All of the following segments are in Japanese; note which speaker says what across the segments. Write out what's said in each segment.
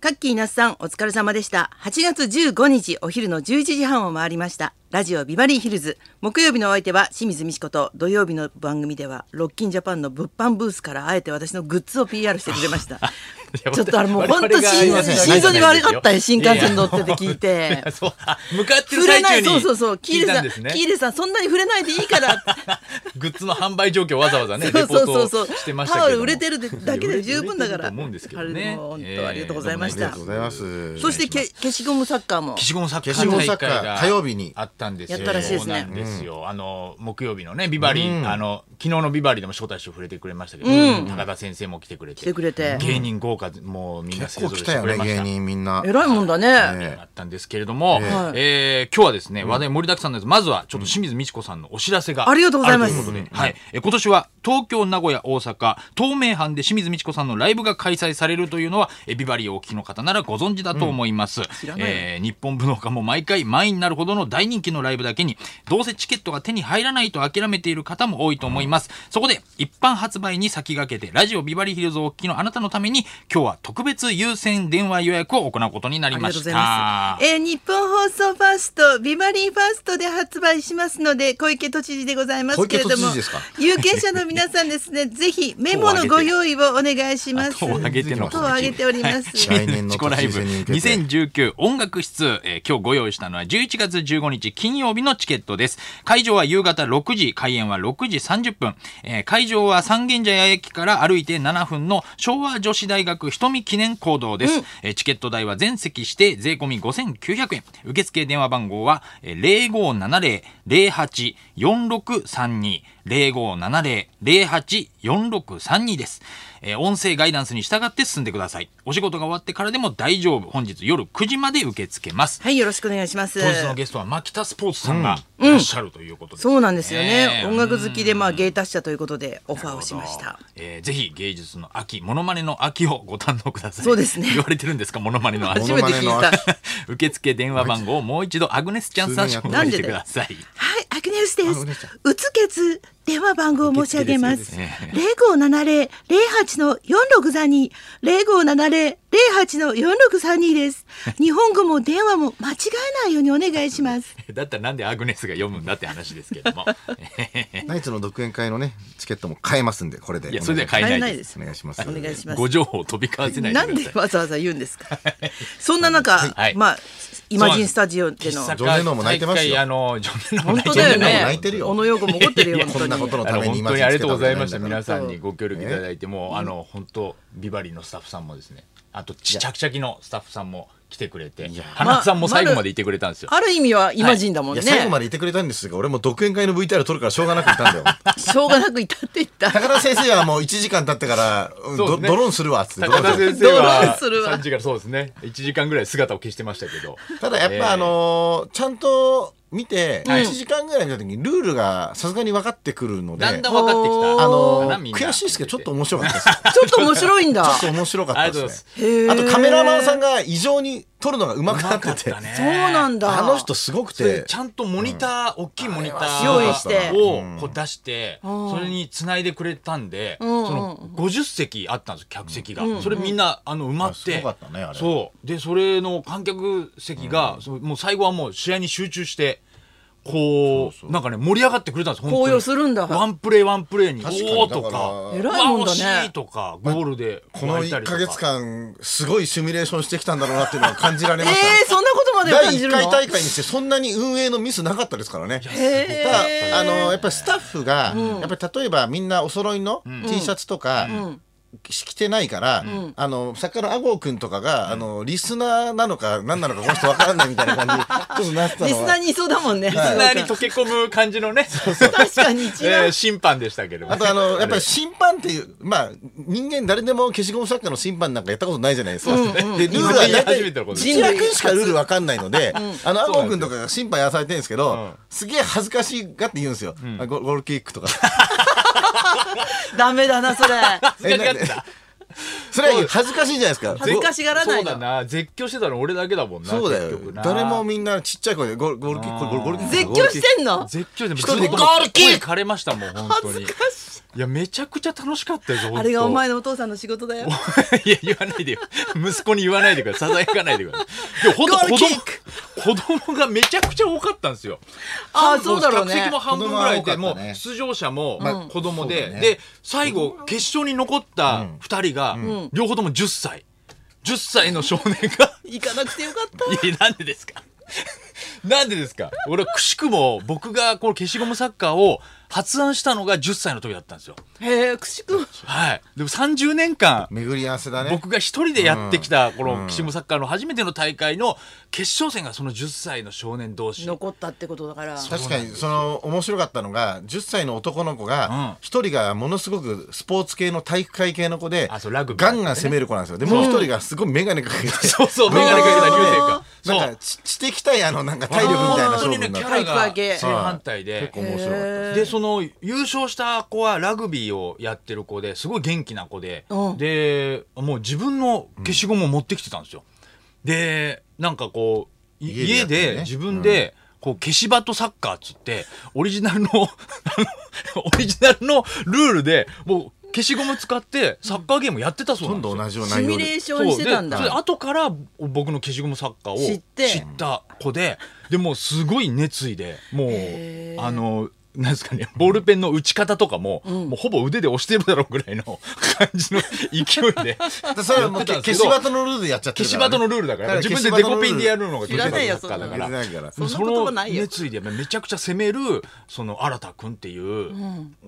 Speaker 1: カッキーなっさんお疲れ様でした8月15日お昼の11時半を回りましたラジオビバリーヒルズ木曜日のお相手は清水美智子と土曜日の番組ではロッキンジャパンの物販ブースからあえて私のグッズを PR してくれま したちょっとあれもう本当心心臓に悪かったよ新幹線乗ってて聞いて
Speaker 2: そうあ向かってる
Speaker 1: 触れ
Speaker 2: 最
Speaker 1: な
Speaker 2: 中
Speaker 1: い
Speaker 2: に
Speaker 1: そうそうそうキー
Speaker 2: 聞い
Speaker 1: レさ
Speaker 2: た
Speaker 1: ん
Speaker 2: んですね
Speaker 1: キーレさんそんなに触れないでいいから
Speaker 2: グッズの販売状況わざわざね
Speaker 1: そうそうそうそ
Speaker 2: レポー
Speaker 1: う
Speaker 2: トしてましたけ
Speaker 1: タオ
Speaker 2: れ
Speaker 1: ル
Speaker 2: ども
Speaker 1: 売れてるだけで十分だか
Speaker 2: い
Speaker 1: ら
Speaker 2: や売れてると思うんですけ
Speaker 1: あ
Speaker 2: どね
Speaker 1: れも本当ありがとうございまし
Speaker 2: え
Speaker 1: た
Speaker 2: えど
Speaker 3: ありがとう
Speaker 2: も
Speaker 3: ございます。
Speaker 1: そしてけ消しゴムサッカーも
Speaker 2: 消しゴムサッカ
Speaker 3: 消しゴ
Speaker 2: ー
Speaker 3: ムサ
Speaker 2: 大
Speaker 3: ッカ
Speaker 2: 会
Speaker 3: ー
Speaker 2: が
Speaker 3: 火曜日に
Speaker 2: あったんですよ
Speaker 1: やったらしいですね
Speaker 2: そうなんですよ、あの木曜日のねビバリー、あの昨日のビバリーでも招待して触れてくれましたけど、高田先生も来てくれて
Speaker 1: 来てくれて
Speaker 2: 芸人豪華もうみんな
Speaker 3: 結
Speaker 2: 勢ぞ
Speaker 3: 構
Speaker 2: ろいし
Speaker 3: 来
Speaker 2: たて
Speaker 3: よ
Speaker 2: くれ
Speaker 3: ね
Speaker 2: まし
Speaker 3: 芸
Speaker 2: た
Speaker 3: 人みんな。
Speaker 1: えらいもんだね。
Speaker 2: あったんですけれども、え
Speaker 1: はい
Speaker 2: ー今日はですね、話題盛りだくさんなんです。まずは、ちょっと清水美智子さんのお知らせが、
Speaker 1: ありがとうございます
Speaker 2: あるということで、はい。えー今年は、東京、名古屋、大阪、東名阪で清水美智子さんのライブが開催されるというのは、えービバリーをお聞きの方ならご存知だと思います。
Speaker 1: らないよ
Speaker 2: えー日本武道館も毎回満員になるほどの大人気のライブだけに、どうせチケットが手に入らないと諦めている方も多いと思います。そこで、一般発売に先駆けて、ラジオビバリーヒルズをお聞きのあなたのために、今日は特別優先電話予約を行うことになり
Speaker 1: ありが
Speaker 2: ま
Speaker 1: とうご
Speaker 2: し
Speaker 1: ざい
Speaker 2: た。
Speaker 1: ます。えー日本放送ファースト、ビバリーファーストで発売しますので、小池都知事でございますけれど
Speaker 3: 小池
Speaker 1: も
Speaker 3: 都知事ですか、
Speaker 1: 有権者の皆さんですね、ぜひメモのご用意をお願いします。
Speaker 2: 党を挙げての
Speaker 1: 党を挙げております。
Speaker 3: 来年 の
Speaker 2: チコライブ
Speaker 3: 都知事選に向け
Speaker 2: 2019
Speaker 3: て
Speaker 2: 音楽室、えー今日ご用意したのは11月15日金曜日のチケットです会場は夕方6時開演は6時30分、えー会場は三軒茶屋駅から歩いて7分の昭和女子大学瞳記念講堂です、えーチケット代は全席して税込み5900円受付電話番号はえー0570-08-4632 0570-08-4632です、えー音声ガイダンスに従って進んでくださいお仕事が終わってからでも大丈夫本日夜9時まで受け付けます
Speaker 1: はい、よろしくお願いします
Speaker 2: 当。日のゲストは牧田スポーツさんがいらっしゃるということで、
Speaker 1: そうなんですよね。
Speaker 2: えー
Speaker 1: 音楽好きで、まあ、芸達者ということで、オファーをしまし
Speaker 2: なる
Speaker 1: た
Speaker 2: ほ。どえーぜひ芸術の秋モノマネの秋をご堪能ください
Speaker 1: そうですね
Speaker 2: 言われてるんですかモノマネの秋
Speaker 1: 初めて
Speaker 3: モノ
Speaker 1: 聞い
Speaker 3: マネの
Speaker 1: た。
Speaker 3: 秋
Speaker 2: 受付電話番号をもう一度アグネスちゃんさん紹介してください
Speaker 1: はい、アグネスで
Speaker 3: あ
Speaker 1: す
Speaker 3: アグネスちゃん。
Speaker 1: うつけつ電話番号を申し上げます。
Speaker 2: 受付
Speaker 1: 零
Speaker 2: ですよ
Speaker 1: 五七零零八の四六三二零五七零零八の四六三二 です。日本語も電話も間違えないようにお願いします。
Speaker 2: だったらなんでアグネスが読むんだって話ですけど も
Speaker 3: ナイツの独演会のねチケットも買えますんでこれで。
Speaker 2: いやそれでは買え
Speaker 1: 買え
Speaker 2: な
Speaker 1: ないい
Speaker 2: で
Speaker 1: ですす
Speaker 3: お。願いします。
Speaker 1: お願いします
Speaker 2: ご。情報を飛び交わせないで
Speaker 1: な
Speaker 2: くださ
Speaker 1: ん
Speaker 2: い
Speaker 1: でわざわざ言うんですか。そんな中、
Speaker 2: はい
Speaker 1: まあイマジンスタジオで
Speaker 2: そう
Speaker 1: の
Speaker 2: なんです
Speaker 3: ジョネノも泣いてますよ
Speaker 2: 大会あのジョネノも
Speaker 1: 本
Speaker 2: 泣い
Speaker 1: 当
Speaker 2: てま
Speaker 1: だよ
Speaker 2: す
Speaker 3: ジョネノも泣
Speaker 1: ね
Speaker 3: いてる。よ
Speaker 1: 小野洋子も怒ってるよ
Speaker 2: いやいや
Speaker 1: 本
Speaker 3: こんなこ
Speaker 1: 当
Speaker 3: と
Speaker 1: に。
Speaker 3: の
Speaker 2: あ
Speaker 3: た
Speaker 2: の
Speaker 3: めに
Speaker 2: 本
Speaker 3: 今
Speaker 2: 当にありがとうございました
Speaker 3: チケッ
Speaker 2: 皆
Speaker 3: トが
Speaker 2: さ
Speaker 3: 売れ
Speaker 2: ん
Speaker 3: ない
Speaker 2: に
Speaker 3: んだ
Speaker 2: ご協力いただいてもうあの本当ビバリーのスタッフさんもですねあとちちゃきちゃきのスタッフさんも来てくれて花さんも最後までいてくれたんですよ
Speaker 1: ある意味はイマジンだもん
Speaker 3: い
Speaker 1: ね。
Speaker 3: や最後までいてくれたんですが俺も独演会の VTR 撮るからしょうがなくいたん だよ。
Speaker 1: しょうがなくいたって言った。
Speaker 3: 高田先生はもう1時間経ってからうん
Speaker 2: そう
Speaker 3: ド
Speaker 2: ね
Speaker 3: ドローンするわっつって。
Speaker 2: 高田先生
Speaker 1: ど
Speaker 2: は
Speaker 1: うするわ
Speaker 2: 3時からそうですね1時間ぐらい姿を消してましたけど
Speaker 3: ただやっぱあのーちゃんと見て1時間ぐらい見た時にルールがさすがに分かってくるので。
Speaker 2: だんだん分かってきた
Speaker 3: あ
Speaker 2: か
Speaker 3: の
Speaker 2: な
Speaker 3: ー
Speaker 2: みんな
Speaker 3: 悔しいですけどちょっと面白 かったです。
Speaker 1: ちょっと面白いんだ。
Speaker 3: ちょっと面白かったです
Speaker 2: あ
Speaker 3: ね。あとカメラマンさんが異常に撮るのが上手くなってて
Speaker 2: だ、ね
Speaker 1: そうなんだ。
Speaker 3: あの人すごく
Speaker 2: それ
Speaker 3: て
Speaker 2: ち、ゃんとモニター、大きいモニター
Speaker 1: 用意して
Speaker 2: をこう出して、
Speaker 1: うん
Speaker 2: それにつないでくれたんで、
Speaker 1: うんうん
Speaker 2: その50席あったんですよ客席が、それみんなあの埋まって、
Speaker 3: あすごかったねあれ
Speaker 2: そうでそれの観客席が、そうもう最後はもう試合に集中してこうなんかね盛り上がってくれたんです本当に
Speaker 1: 高揚するんだ
Speaker 2: ワンプレーワンプレーに
Speaker 3: 確かに
Speaker 2: おおーとか
Speaker 3: だから
Speaker 1: 偉いもんだね
Speaker 2: わー惜しいとかゴールで
Speaker 3: この
Speaker 2: 湧いた
Speaker 3: 1
Speaker 2: りとか
Speaker 3: ヶ月間すごいシミュレーションしてきたんだろうなっていうのは感じられ
Speaker 1: え
Speaker 3: まし
Speaker 1: ー、そんなことま
Speaker 3: た。
Speaker 1: で
Speaker 3: 第
Speaker 1: 感じ
Speaker 3: 1
Speaker 1: るの
Speaker 3: 回大会にしてそんなに運営のミスなかったですからね。
Speaker 1: へー
Speaker 3: ただあのやっぱりスタッフが、やっぱり例えばみんなお揃いの T シャツとか、着てないから、あの作家の阿豪君とかが、あのリスナーなのか何なのかこの人分からないみたいな感じちょっとなってた
Speaker 1: リ
Speaker 3: の
Speaker 1: スナー
Speaker 3: は
Speaker 1: にいそうだもんね。
Speaker 2: すんなり溶け込む感じのね
Speaker 1: 確かに一
Speaker 2: え
Speaker 1: 番
Speaker 2: ー審判でしたけども
Speaker 3: あとあのやっぱり審判っていうまあ人間誰でも消しゴム作家の審判なんかやったことないじゃないですか。でルールは大
Speaker 2: 初めてのことで
Speaker 3: 体
Speaker 2: す
Speaker 3: 人類しかルールわかんないので、あのアゴ君とかが審判やらされてるんですけど、
Speaker 2: ん
Speaker 3: すげえ恥ずかしがって言うんですよ。あゴゴールキックとか。
Speaker 1: ダメだなそれ。
Speaker 2: 恥ずかしかった
Speaker 3: それは恥ずかしいじゃないですか。
Speaker 1: 恥ずかしがらないの
Speaker 2: そうだな絶叫してたの俺だけだもんな
Speaker 3: そうだよ
Speaker 2: 結局。な
Speaker 3: 誰もみんなちっちゃい声でゴールゴールキックゴールゴールキック。
Speaker 1: 絶叫してんの。
Speaker 2: 絶叫でも
Speaker 3: 一人で
Speaker 2: 声
Speaker 3: ゴールキック
Speaker 2: 声枯れましたもん本当
Speaker 1: 恥ず
Speaker 2: に
Speaker 1: かしい。
Speaker 2: いやめちゃくちゃ楽しかったよほんと
Speaker 1: あれがお前のお父さんの仕事だよ。
Speaker 2: いや言わないでよ息子に言わないでくださいささやかないでくださいでも本当
Speaker 1: ゴール
Speaker 2: 子
Speaker 1: キ
Speaker 2: 供子供がめちゃくちゃ多かったんですよ
Speaker 1: あー
Speaker 2: 半分
Speaker 1: そうだろうね
Speaker 2: 客席も半分ぐらい
Speaker 3: 子
Speaker 2: で
Speaker 3: 供
Speaker 2: も
Speaker 3: は多かったね
Speaker 2: う出場者も
Speaker 3: まあ
Speaker 2: 子供
Speaker 3: そ
Speaker 2: で、
Speaker 3: うだね
Speaker 2: で最後決勝に残った2人が両方とも10歳10歳の少年が
Speaker 1: 行かなくてよかった。
Speaker 2: いやなんでですかなんでですか俺はくしくも僕がこの消しゴムサッカーを発案したのが10歳の時だったんですよ
Speaker 1: へえ、くしくも。
Speaker 2: はいでも30年間
Speaker 3: 巡り合わせだね
Speaker 2: 僕が一人でやってきたこの岸本サッカーの初めての大会の決勝戦がその10歳の少年同士
Speaker 1: 残ったってことだから。
Speaker 3: 確かにその面白かったのが10歳の男の子
Speaker 2: うん
Speaker 3: が一人がものすごくスポーツ系の体育会系の子で
Speaker 2: あそうラグビー
Speaker 3: ガンガン攻める子なんですよでもう一人がすごい眼鏡かけて
Speaker 2: そう そう眼鏡かけた流星君そう
Speaker 3: なんか知知的対あのなんか体力みたいな
Speaker 2: 本当
Speaker 3: 勝
Speaker 2: に
Speaker 3: 負
Speaker 2: ね
Speaker 3: に
Speaker 2: キ
Speaker 3: なって
Speaker 1: 体
Speaker 2: ャラ
Speaker 1: 育会
Speaker 2: が
Speaker 1: 系
Speaker 2: 正反対で
Speaker 3: 結構面白かった
Speaker 2: でその優勝した子はラグビーをやってる子ですごい元気な子で、
Speaker 1: うん
Speaker 2: でもう自分の消しゴムを持ってきてたんですよ。でなんかこうい家
Speaker 3: 家でやって
Speaker 2: で
Speaker 3: ね
Speaker 2: 自分で、こう消しバトサッカーっつってオリジナルのあのオリジナルのルールでもう消しゴム使ってサッカーゲームやってたそう
Speaker 3: ほ
Speaker 2: な
Speaker 3: と
Speaker 2: ん
Speaker 3: ん
Speaker 2: ですよ
Speaker 3: ど。同じよ
Speaker 1: シミ
Speaker 3: うな内
Speaker 1: ュ
Speaker 3: 容
Speaker 1: レ
Speaker 3: で
Speaker 1: ーションしてたん
Speaker 2: そうで
Speaker 1: だ。
Speaker 2: それ後から僕の消しゴム作家を
Speaker 1: 知って
Speaker 2: 知った子ででもうすごい熱意でもう
Speaker 1: へー
Speaker 2: あのなんですかねボールペンの打ち方とかも、もうほぼ腕で押してるだろうぐらいの 感じの勢い で
Speaker 3: でそれはもう
Speaker 2: やってたん
Speaker 3: け
Speaker 2: ですけ
Speaker 3: 消
Speaker 2: ど
Speaker 3: しバトのルールでやっちゃって
Speaker 2: 消
Speaker 3: る
Speaker 2: しバト
Speaker 3: からね
Speaker 2: のルールだからやっぱ
Speaker 3: だから
Speaker 2: 自分でデコペンでやるのが
Speaker 1: 知らないよ
Speaker 2: 消しバトサッカー
Speaker 3: 消
Speaker 2: だ
Speaker 3: し
Speaker 2: か
Speaker 1: そんな
Speaker 2: ら
Speaker 3: バトのルールだから
Speaker 1: 言葉ないよ
Speaker 2: その熱意でめちゃくちゃ攻めるその新田君っていう、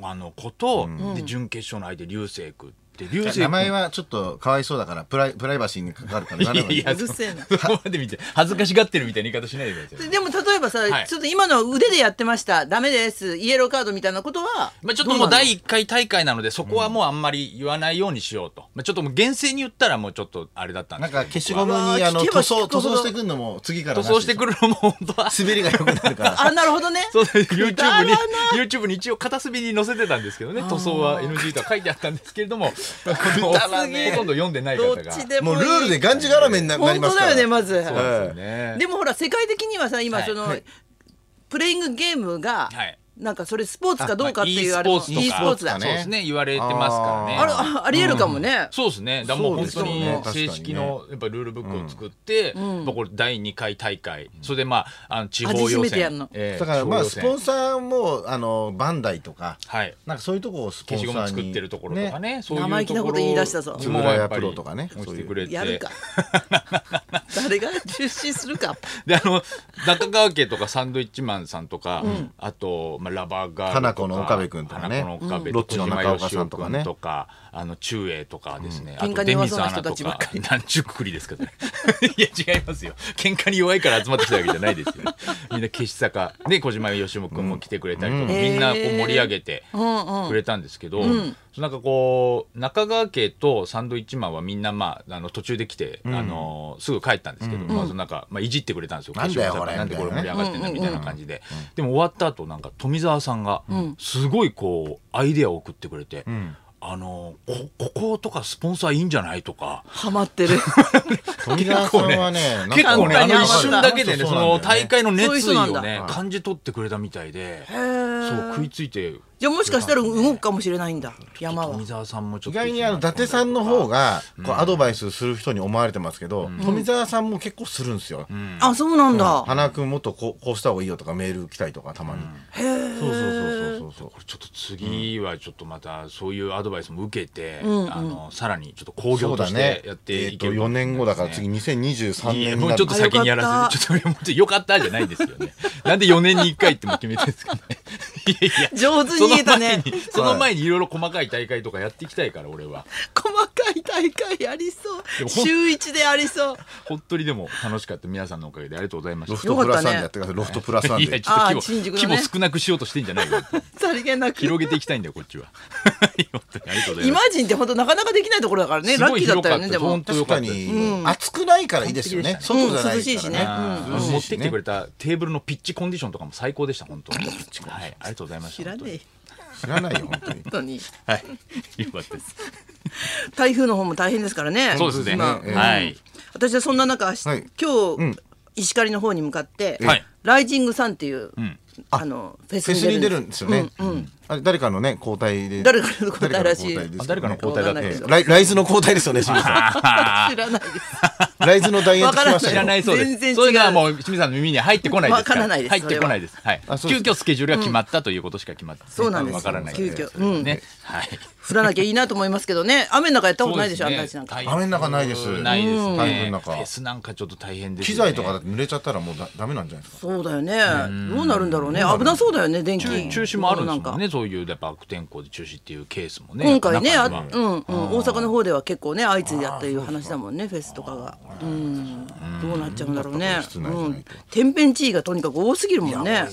Speaker 2: あの子と、で準決勝の相手流星君で流星
Speaker 3: 名前
Speaker 2: 君
Speaker 3: はちょっとかわいそうだからプライプライバシーにかかるから
Speaker 2: いやいや
Speaker 1: うるせえな
Speaker 2: そこまで見て恥ずかしがってるみたいな言い方しないでください。
Speaker 1: でも例えばさ、
Speaker 2: はい
Speaker 1: ちょっと今のは腕でやってました。ダメです。イエローカードみたいなことは。
Speaker 2: まあ、ちょっとも
Speaker 1: ど
Speaker 2: う
Speaker 1: なの
Speaker 2: 第1回大会なのでそこはもうあんまり言わないようにしようと、まあ、ちょっともう厳正に言ったらもうちょっとあれだったんで
Speaker 3: なん
Speaker 2: すけど
Speaker 3: か消しゴム
Speaker 1: うわ
Speaker 3: に
Speaker 1: ー
Speaker 3: あの
Speaker 1: 聞け
Speaker 3: 塗
Speaker 1: ば聞
Speaker 3: 装
Speaker 1: くほど
Speaker 3: 塗装してくるのも次から
Speaker 2: 塗装してく
Speaker 3: る
Speaker 2: るのも本当は
Speaker 3: 滑りが良くなるから
Speaker 1: あ、なるほどね。
Speaker 2: そうです
Speaker 1: くだ
Speaker 2: YouTube
Speaker 1: ら
Speaker 2: に
Speaker 1: ない
Speaker 2: YouTube に一応片隅に載せてたんですけどね塗装は NG とは書いてあったんですけ れどもこのほ
Speaker 3: くだ
Speaker 2: と
Speaker 3: ら
Speaker 2: ん
Speaker 3: ねえ
Speaker 2: ど読んでない
Speaker 1: ど
Speaker 2: 方
Speaker 1: っ
Speaker 2: が
Speaker 1: ちで
Speaker 3: も
Speaker 1: も
Speaker 3: う
Speaker 1: いい。
Speaker 3: ルールでがんじがらめになな
Speaker 1: 本
Speaker 3: りま
Speaker 1: 当
Speaker 3: す
Speaker 1: だ
Speaker 3: か
Speaker 1: よ
Speaker 3: ら
Speaker 1: ねまず。
Speaker 2: そうですよね
Speaker 1: でもほら世界的にはさ今
Speaker 2: はい
Speaker 1: その、プレイングゲームが、
Speaker 2: はい
Speaker 1: なんかそれスポーツかどうかっていう
Speaker 2: まあ
Speaker 1: あれも、
Speaker 2: e スポーツ
Speaker 1: e
Speaker 2: とか
Speaker 1: スポーツだ。
Speaker 3: あ
Speaker 2: そう
Speaker 3: ね
Speaker 2: ですね言われてますからね
Speaker 1: あれあありえるかもね。
Speaker 2: そうですね。だからもう本当に
Speaker 3: そうです
Speaker 2: 正
Speaker 3: よね
Speaker 2: 式のやっぱルールブックを作って、まあこれ第二回大会、それでまああの地方
Speaker 1: 初
Speaker 2: 予
Speaker 1: めてやん
Speaker 2: 選
Speaker 1: の、
Speaker 2: ええ
Speaker 3: だからまあ
Speaker 2: 地
Speaker 3: ス
Speaker 2: 方
Speaker 3: ポ
Speaker 2: 予
Speaker 3: ン
Speaker 2: 選
Speaker 3: サーもあのバンダイとか
Speaker 2: はい。
Speaker 3: なんかそういうとこをスポン
Speaker 2: 消し
Speaker 3: サー
Speaker 2: ゴ
Speaker 3: に
Speaker 2: ム作ってるところとかね、そういうところ
Speaker 1: 生意気なこと言い出したぞ
Speaker 2: にもやっぱり
Speaker 3: 円谷プロとかね
Speaker 2: 押してくれて、
Speaker 1: やるか。誰が出資する か。
Speaker 2: であの中川家とかサンドイッチマンさんとか、あと、まあ、ラバーガールとか
Speaker 3: 花子の岡部君とかね
Speaker 2: 花子の岡部
Speaker 3: うんロッチの中岡さんとかね
Speaker 2: 小島よしお君とかあの中英とかですね、
Speaker 1: うん
Speaker 2: あとデミ
Speaker 1: 喧嘩に弱
Speaker 2: スア
Speaker 1: そうな人
Speaker 2: ナ
Speaker 1: た
Speaker 2: と
Speaker 1: ちばっ
Speaker 2: か
Speaker 1: かり
Speaker 2: 何十くくりですかね いや違いますよ喧嘩に弱いから集まってきたわけじゃないですよ、ね、みんな消し坂で小島よしお君も来てくれたりとか、
Speaker 1: うん
Speaker 2: みんなこう盛り上げてくれたんですけど、なんかこう中川家とサンドイッチマンはみんな、まあ、あの途中で来て、あのすぐ帰ったんですけど、まあ、そのなんか、まあ、いじってくれたんですよ
Speaker 3: なんだよこれ
Speaker 2: なんでこれ
Speaker 3: みた
Speaker 2: 盛
Speaker 3: いな
Speaker 2: り上がっ
Speaker 3: ね
Speaker 2: てんだみたいな感じで、でも終わった後なんか富澤さんがすごいこうアイデアを送ってくれて、あのここことかスポンサーいいんじゃないとか
Speaker 1: ハマって る。
Speaker 3: 富澤さんはねなんか
Speaker 2: 結構ねあ
Speaker 1: 簡単に
Speaker 2: の
Speaker 1: 合わ
Speaker 2: 一
Speaker 1: せた
Speaker 2: 瞬だけでね
Speaker 3: そう
Speaker 2: そ
Speaker 3: なんだよ
Speaker 2: の
Speaker 3: ね
Speaker 2: 大会の
Speaker 1: そういう
Speaker 2: 熱
Speaker 1: 人
Speaker 2: 意
Speaker 1: なん
Speaker 2: を
Speaker 1: だ
Speaker 2: ね
Speaker 3: はい
Speaker 2: 感じ取ってくれたみたいで
Speaker 1: へー
Speaker 2: そう食いついて
Speaker 1: じゃあもしかしたら動くかもしれないんだ。山は
Speaker 2: 富。澤さんもちょ
Speaker 3: 意
Speaker 2: っと
Speaker 3: 外にあの伊達さんの方がこうアドバイスする人に思われてますけど、富澤さんも結構するんですよ、
Speaker 1: あ、そうなんだ。
Speaker 3: 花君もっとこうこうした方がいいよとかメール来たりとかたまに、そうそうそうそうそう
Speaker 2: これちょっと次はちょっとまたそういうアドバイスも受けて、あのさらにちょっと興
Speaker 3: そ
Speaker 2: 行
Speaker 3: う
Speaker 2: と
Speaker 3: だ
Speaker 2: して
Speaker 3: ね
Speaker 2: やっ
Speaker 3: え
Speaker 2: て
Speaker 3: っ
Speaker 2: い
Speaker 3: と
Speaker 2: ける
Speaker 3: 4年後だから次2023
Speaker 2: いや
Speaker 3: 年に
Speaker 2: もう
Speaker 3: な
Speaker 2: ちょ
Speaker 3: る
Speaker 2: っと先にやらせて、ちょっともうちょっとよかったじゃないですよね。 なんで4年に1回っても決めてるんですかね。いやいや。
Speaker 1: 上手に言えたね
Speaker 2: その前に、その前にいろいろ細かい大会とかやっていきたいから、俺は。
Speaker 1: 細かい大会ありそ
Speaker 2: で
Speaker 1: う。
Speaker 2: もほん
Speaker 1: 週一でありそう。
Speaker 2: 本当にでも楽しかった。皆さんのおかげでありがとうございま
Speaker 3: ロ
Speaker 2: し
Speaker 3: フ
Speaker 2: た。
Speaker 3: トプラスワンでやってください、ロフトプラスワン
Speaker 2: いや、
Speaker 3: で
Speaker 2: ちょっと
Speaker 1: あー
Speaker 2: 規模、
Speaker 1: 新宿のね
Speaker 2: 規模少なくしようとしてんじゃないよ。
Speaker 1: さりげなく。
Speaker 2: 広げていきたいんだよ、こっちは。 本当にありがとうござい
Speaker 1: イ
Speaker 2: ま
Speaker 1: マ
Speaker 2: す。
Speaker 1: ジンって本当なかなかできないところだからね。
Speaker 2: す
Speaker 1: ラ
Speaker 2: ご
Speaker 1: ッキ
Speaker 2: い
Speaker 1: ーだったよね。
Speaker 2: 広かった
Speaker 1: でも
Speaker 2: 本。当良か
Speaker 3: 確
Speaker 2: っ
Speaker 3: か
Speaker 2: たです
Speaker 3: に、暑くないからいいですよね、外じゃ
Speaker 1: う
Speaker 3: ないから、
Speaker 1: ん涼しいしね
Speaker 2: あ
Speaker 3: 涼
Speaker 2: ー
Speaker 3: しいしね
Speaker 2: 持ってきてくれたテーブルのピッチコンディションとかも最高でした、本当に。はい、ありがとうございました。
Speaker 1: 知らねえよ。
Speaker 3: 知らないよ本当に
Speaker 1: 本当に。
Speaker 2: 本当に はい、よかったです。
Speaker 1: 台風の方も大変ですからね。
Speaker 2: そうですね。
Speaker 1: 今
Speaker 2: はい。
Speaker 1: 私はそんな中、明日
Speaker 3: はい
Speaker 1: 今日、
Speaker 3: ん
Speaker 1: 石狩の方に向かって、
Speaker 2: はい
Speaker 1: ライジングさんっていう、
Speaker 2: ん
Speaker 1: あのフェ
Speaker 3: フェスに出るん
Speaker 1: で
Speaker 3: ですよね。 あれ誰かのね交代で。
Speaker 1: 誰かの交代らしい
Speaker 3: 誰かの交代
Speaker 1: わかん
Speaker 3: で
Speaker 1: ないけ
Speaker 3: す
Speaker 1: ど
Speaker 3: けどね。ライライズの交代ですよね、清水さん。
Speaker 1: 知らないです。
Speaker 3: ライズのダイエット来ました
Speaker 2: 知
Speaker 3: よ
Speaker 2: らないそうです
Speaker 1: 全然違う
Speaker 2: それがもう清水さんの耳に入ってこないですから
Speaker 1: わからないです
Speaker 2: 入ってこないですはい
Speaker 3: あそう
Speaker 2: 急
Speaker 3: で
Speaker 2: 遽
Speaker 3: す
Speaker 2: スケジュールが決まったということしか決まって
Speaker 1: そうなんです
Speaker 2: わからない
Speaker 1: 急遽
Speaker 2: それはねはい
Speaker 1: 降らなきゃいいなと思いますけどね。雨の中やったことないでしょ、
Speaker 2: そ
Speaker 1: あ
Speaker 2: うんすね
Speaker 1: たちなんか。
Speaker 2: 大
Speaker 3: 雨の中ないです
Speaker 2: ないですね
Speaker 3: うん雨の中
Speaker 2: フェスなんかちょっと大変です
Speaker 3: 機
Speaker 2: よね
Speaker 3: 材とかだって濡れちゃったらもうだダメなんじゃないですか。
Speaker 1: そうだよね。どうなるんだろうね。危なそうだよね、電気。
Speaker 2: 中止もあるんで
Speaker 1: な
Speaker 2: すも
Speaker 1: か
Speaker 2: んねそういうやっぱ悪天候で中止っていうケースもね
Speaker 1: 今回ね、あ
Speaker 2: やっ
Speaker 1: うん
Speaker 2: ぱ中には
Speaker 1: うん、大阪の方では結構ね、相次いでやったいう話だもんね、フェスとかが。うん、どうなっちゃうんだろうね。
Speaker 3: 室
Speaker 1: う
Speaker 3: 内じゃないと
Speaker 1: ん、天変地異がとにかく多すぎるもんね。
Speaker 2: ね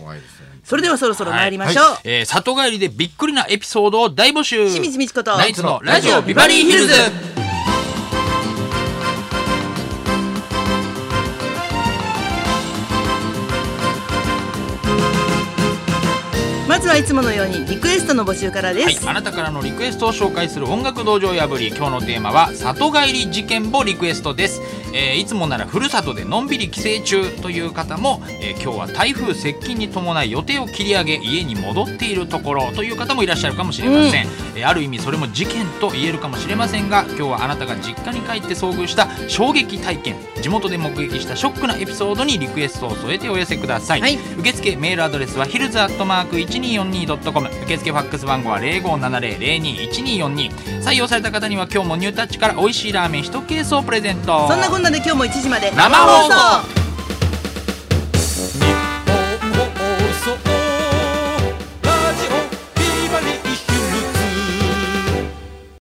Speaker 3: 怖いですね。
Speaker 1: それではそろそろ参りましょう。
Speaker 2: えー里帰りでびっくりなエピソードを大募集
Speaker 1: 清水ミチコと
Speaker 2: ナイツのラジオビバリーヒルズ
Speaker 1: まずはいつものようにリクエストの募集からで
Speaker 2: はい
Speaker 1: す。、
Speaker 2: あなたからのリクエストを紹介する音楽道場破り今日のテーマは里帰り事件簿リクエストです、えーいつもならふるさとでのんびり帰省中という方も、えー今日は台風接近に伴い予定を切り上げ家に戻っているところという方もいらっしゃるかもしれません、えーある意味それも事件と言えるかもしれませんが今日はあなたが実家に帰って遭遇した衝撃体験地元で目撃したショックなエピソードにリクエストを添えてお寄せください、
Speaker 1: はい
Speaker 2: 受付メールアドレスはヒルズアットマーク 1242.com 受付ファックス番号は0570-021242採用された方には今日もニュータッチから美味しいラーメン1ケースをプレゼント
Speaker 1: そんなこんなで今日も1時まで
Speaker 2: 生放送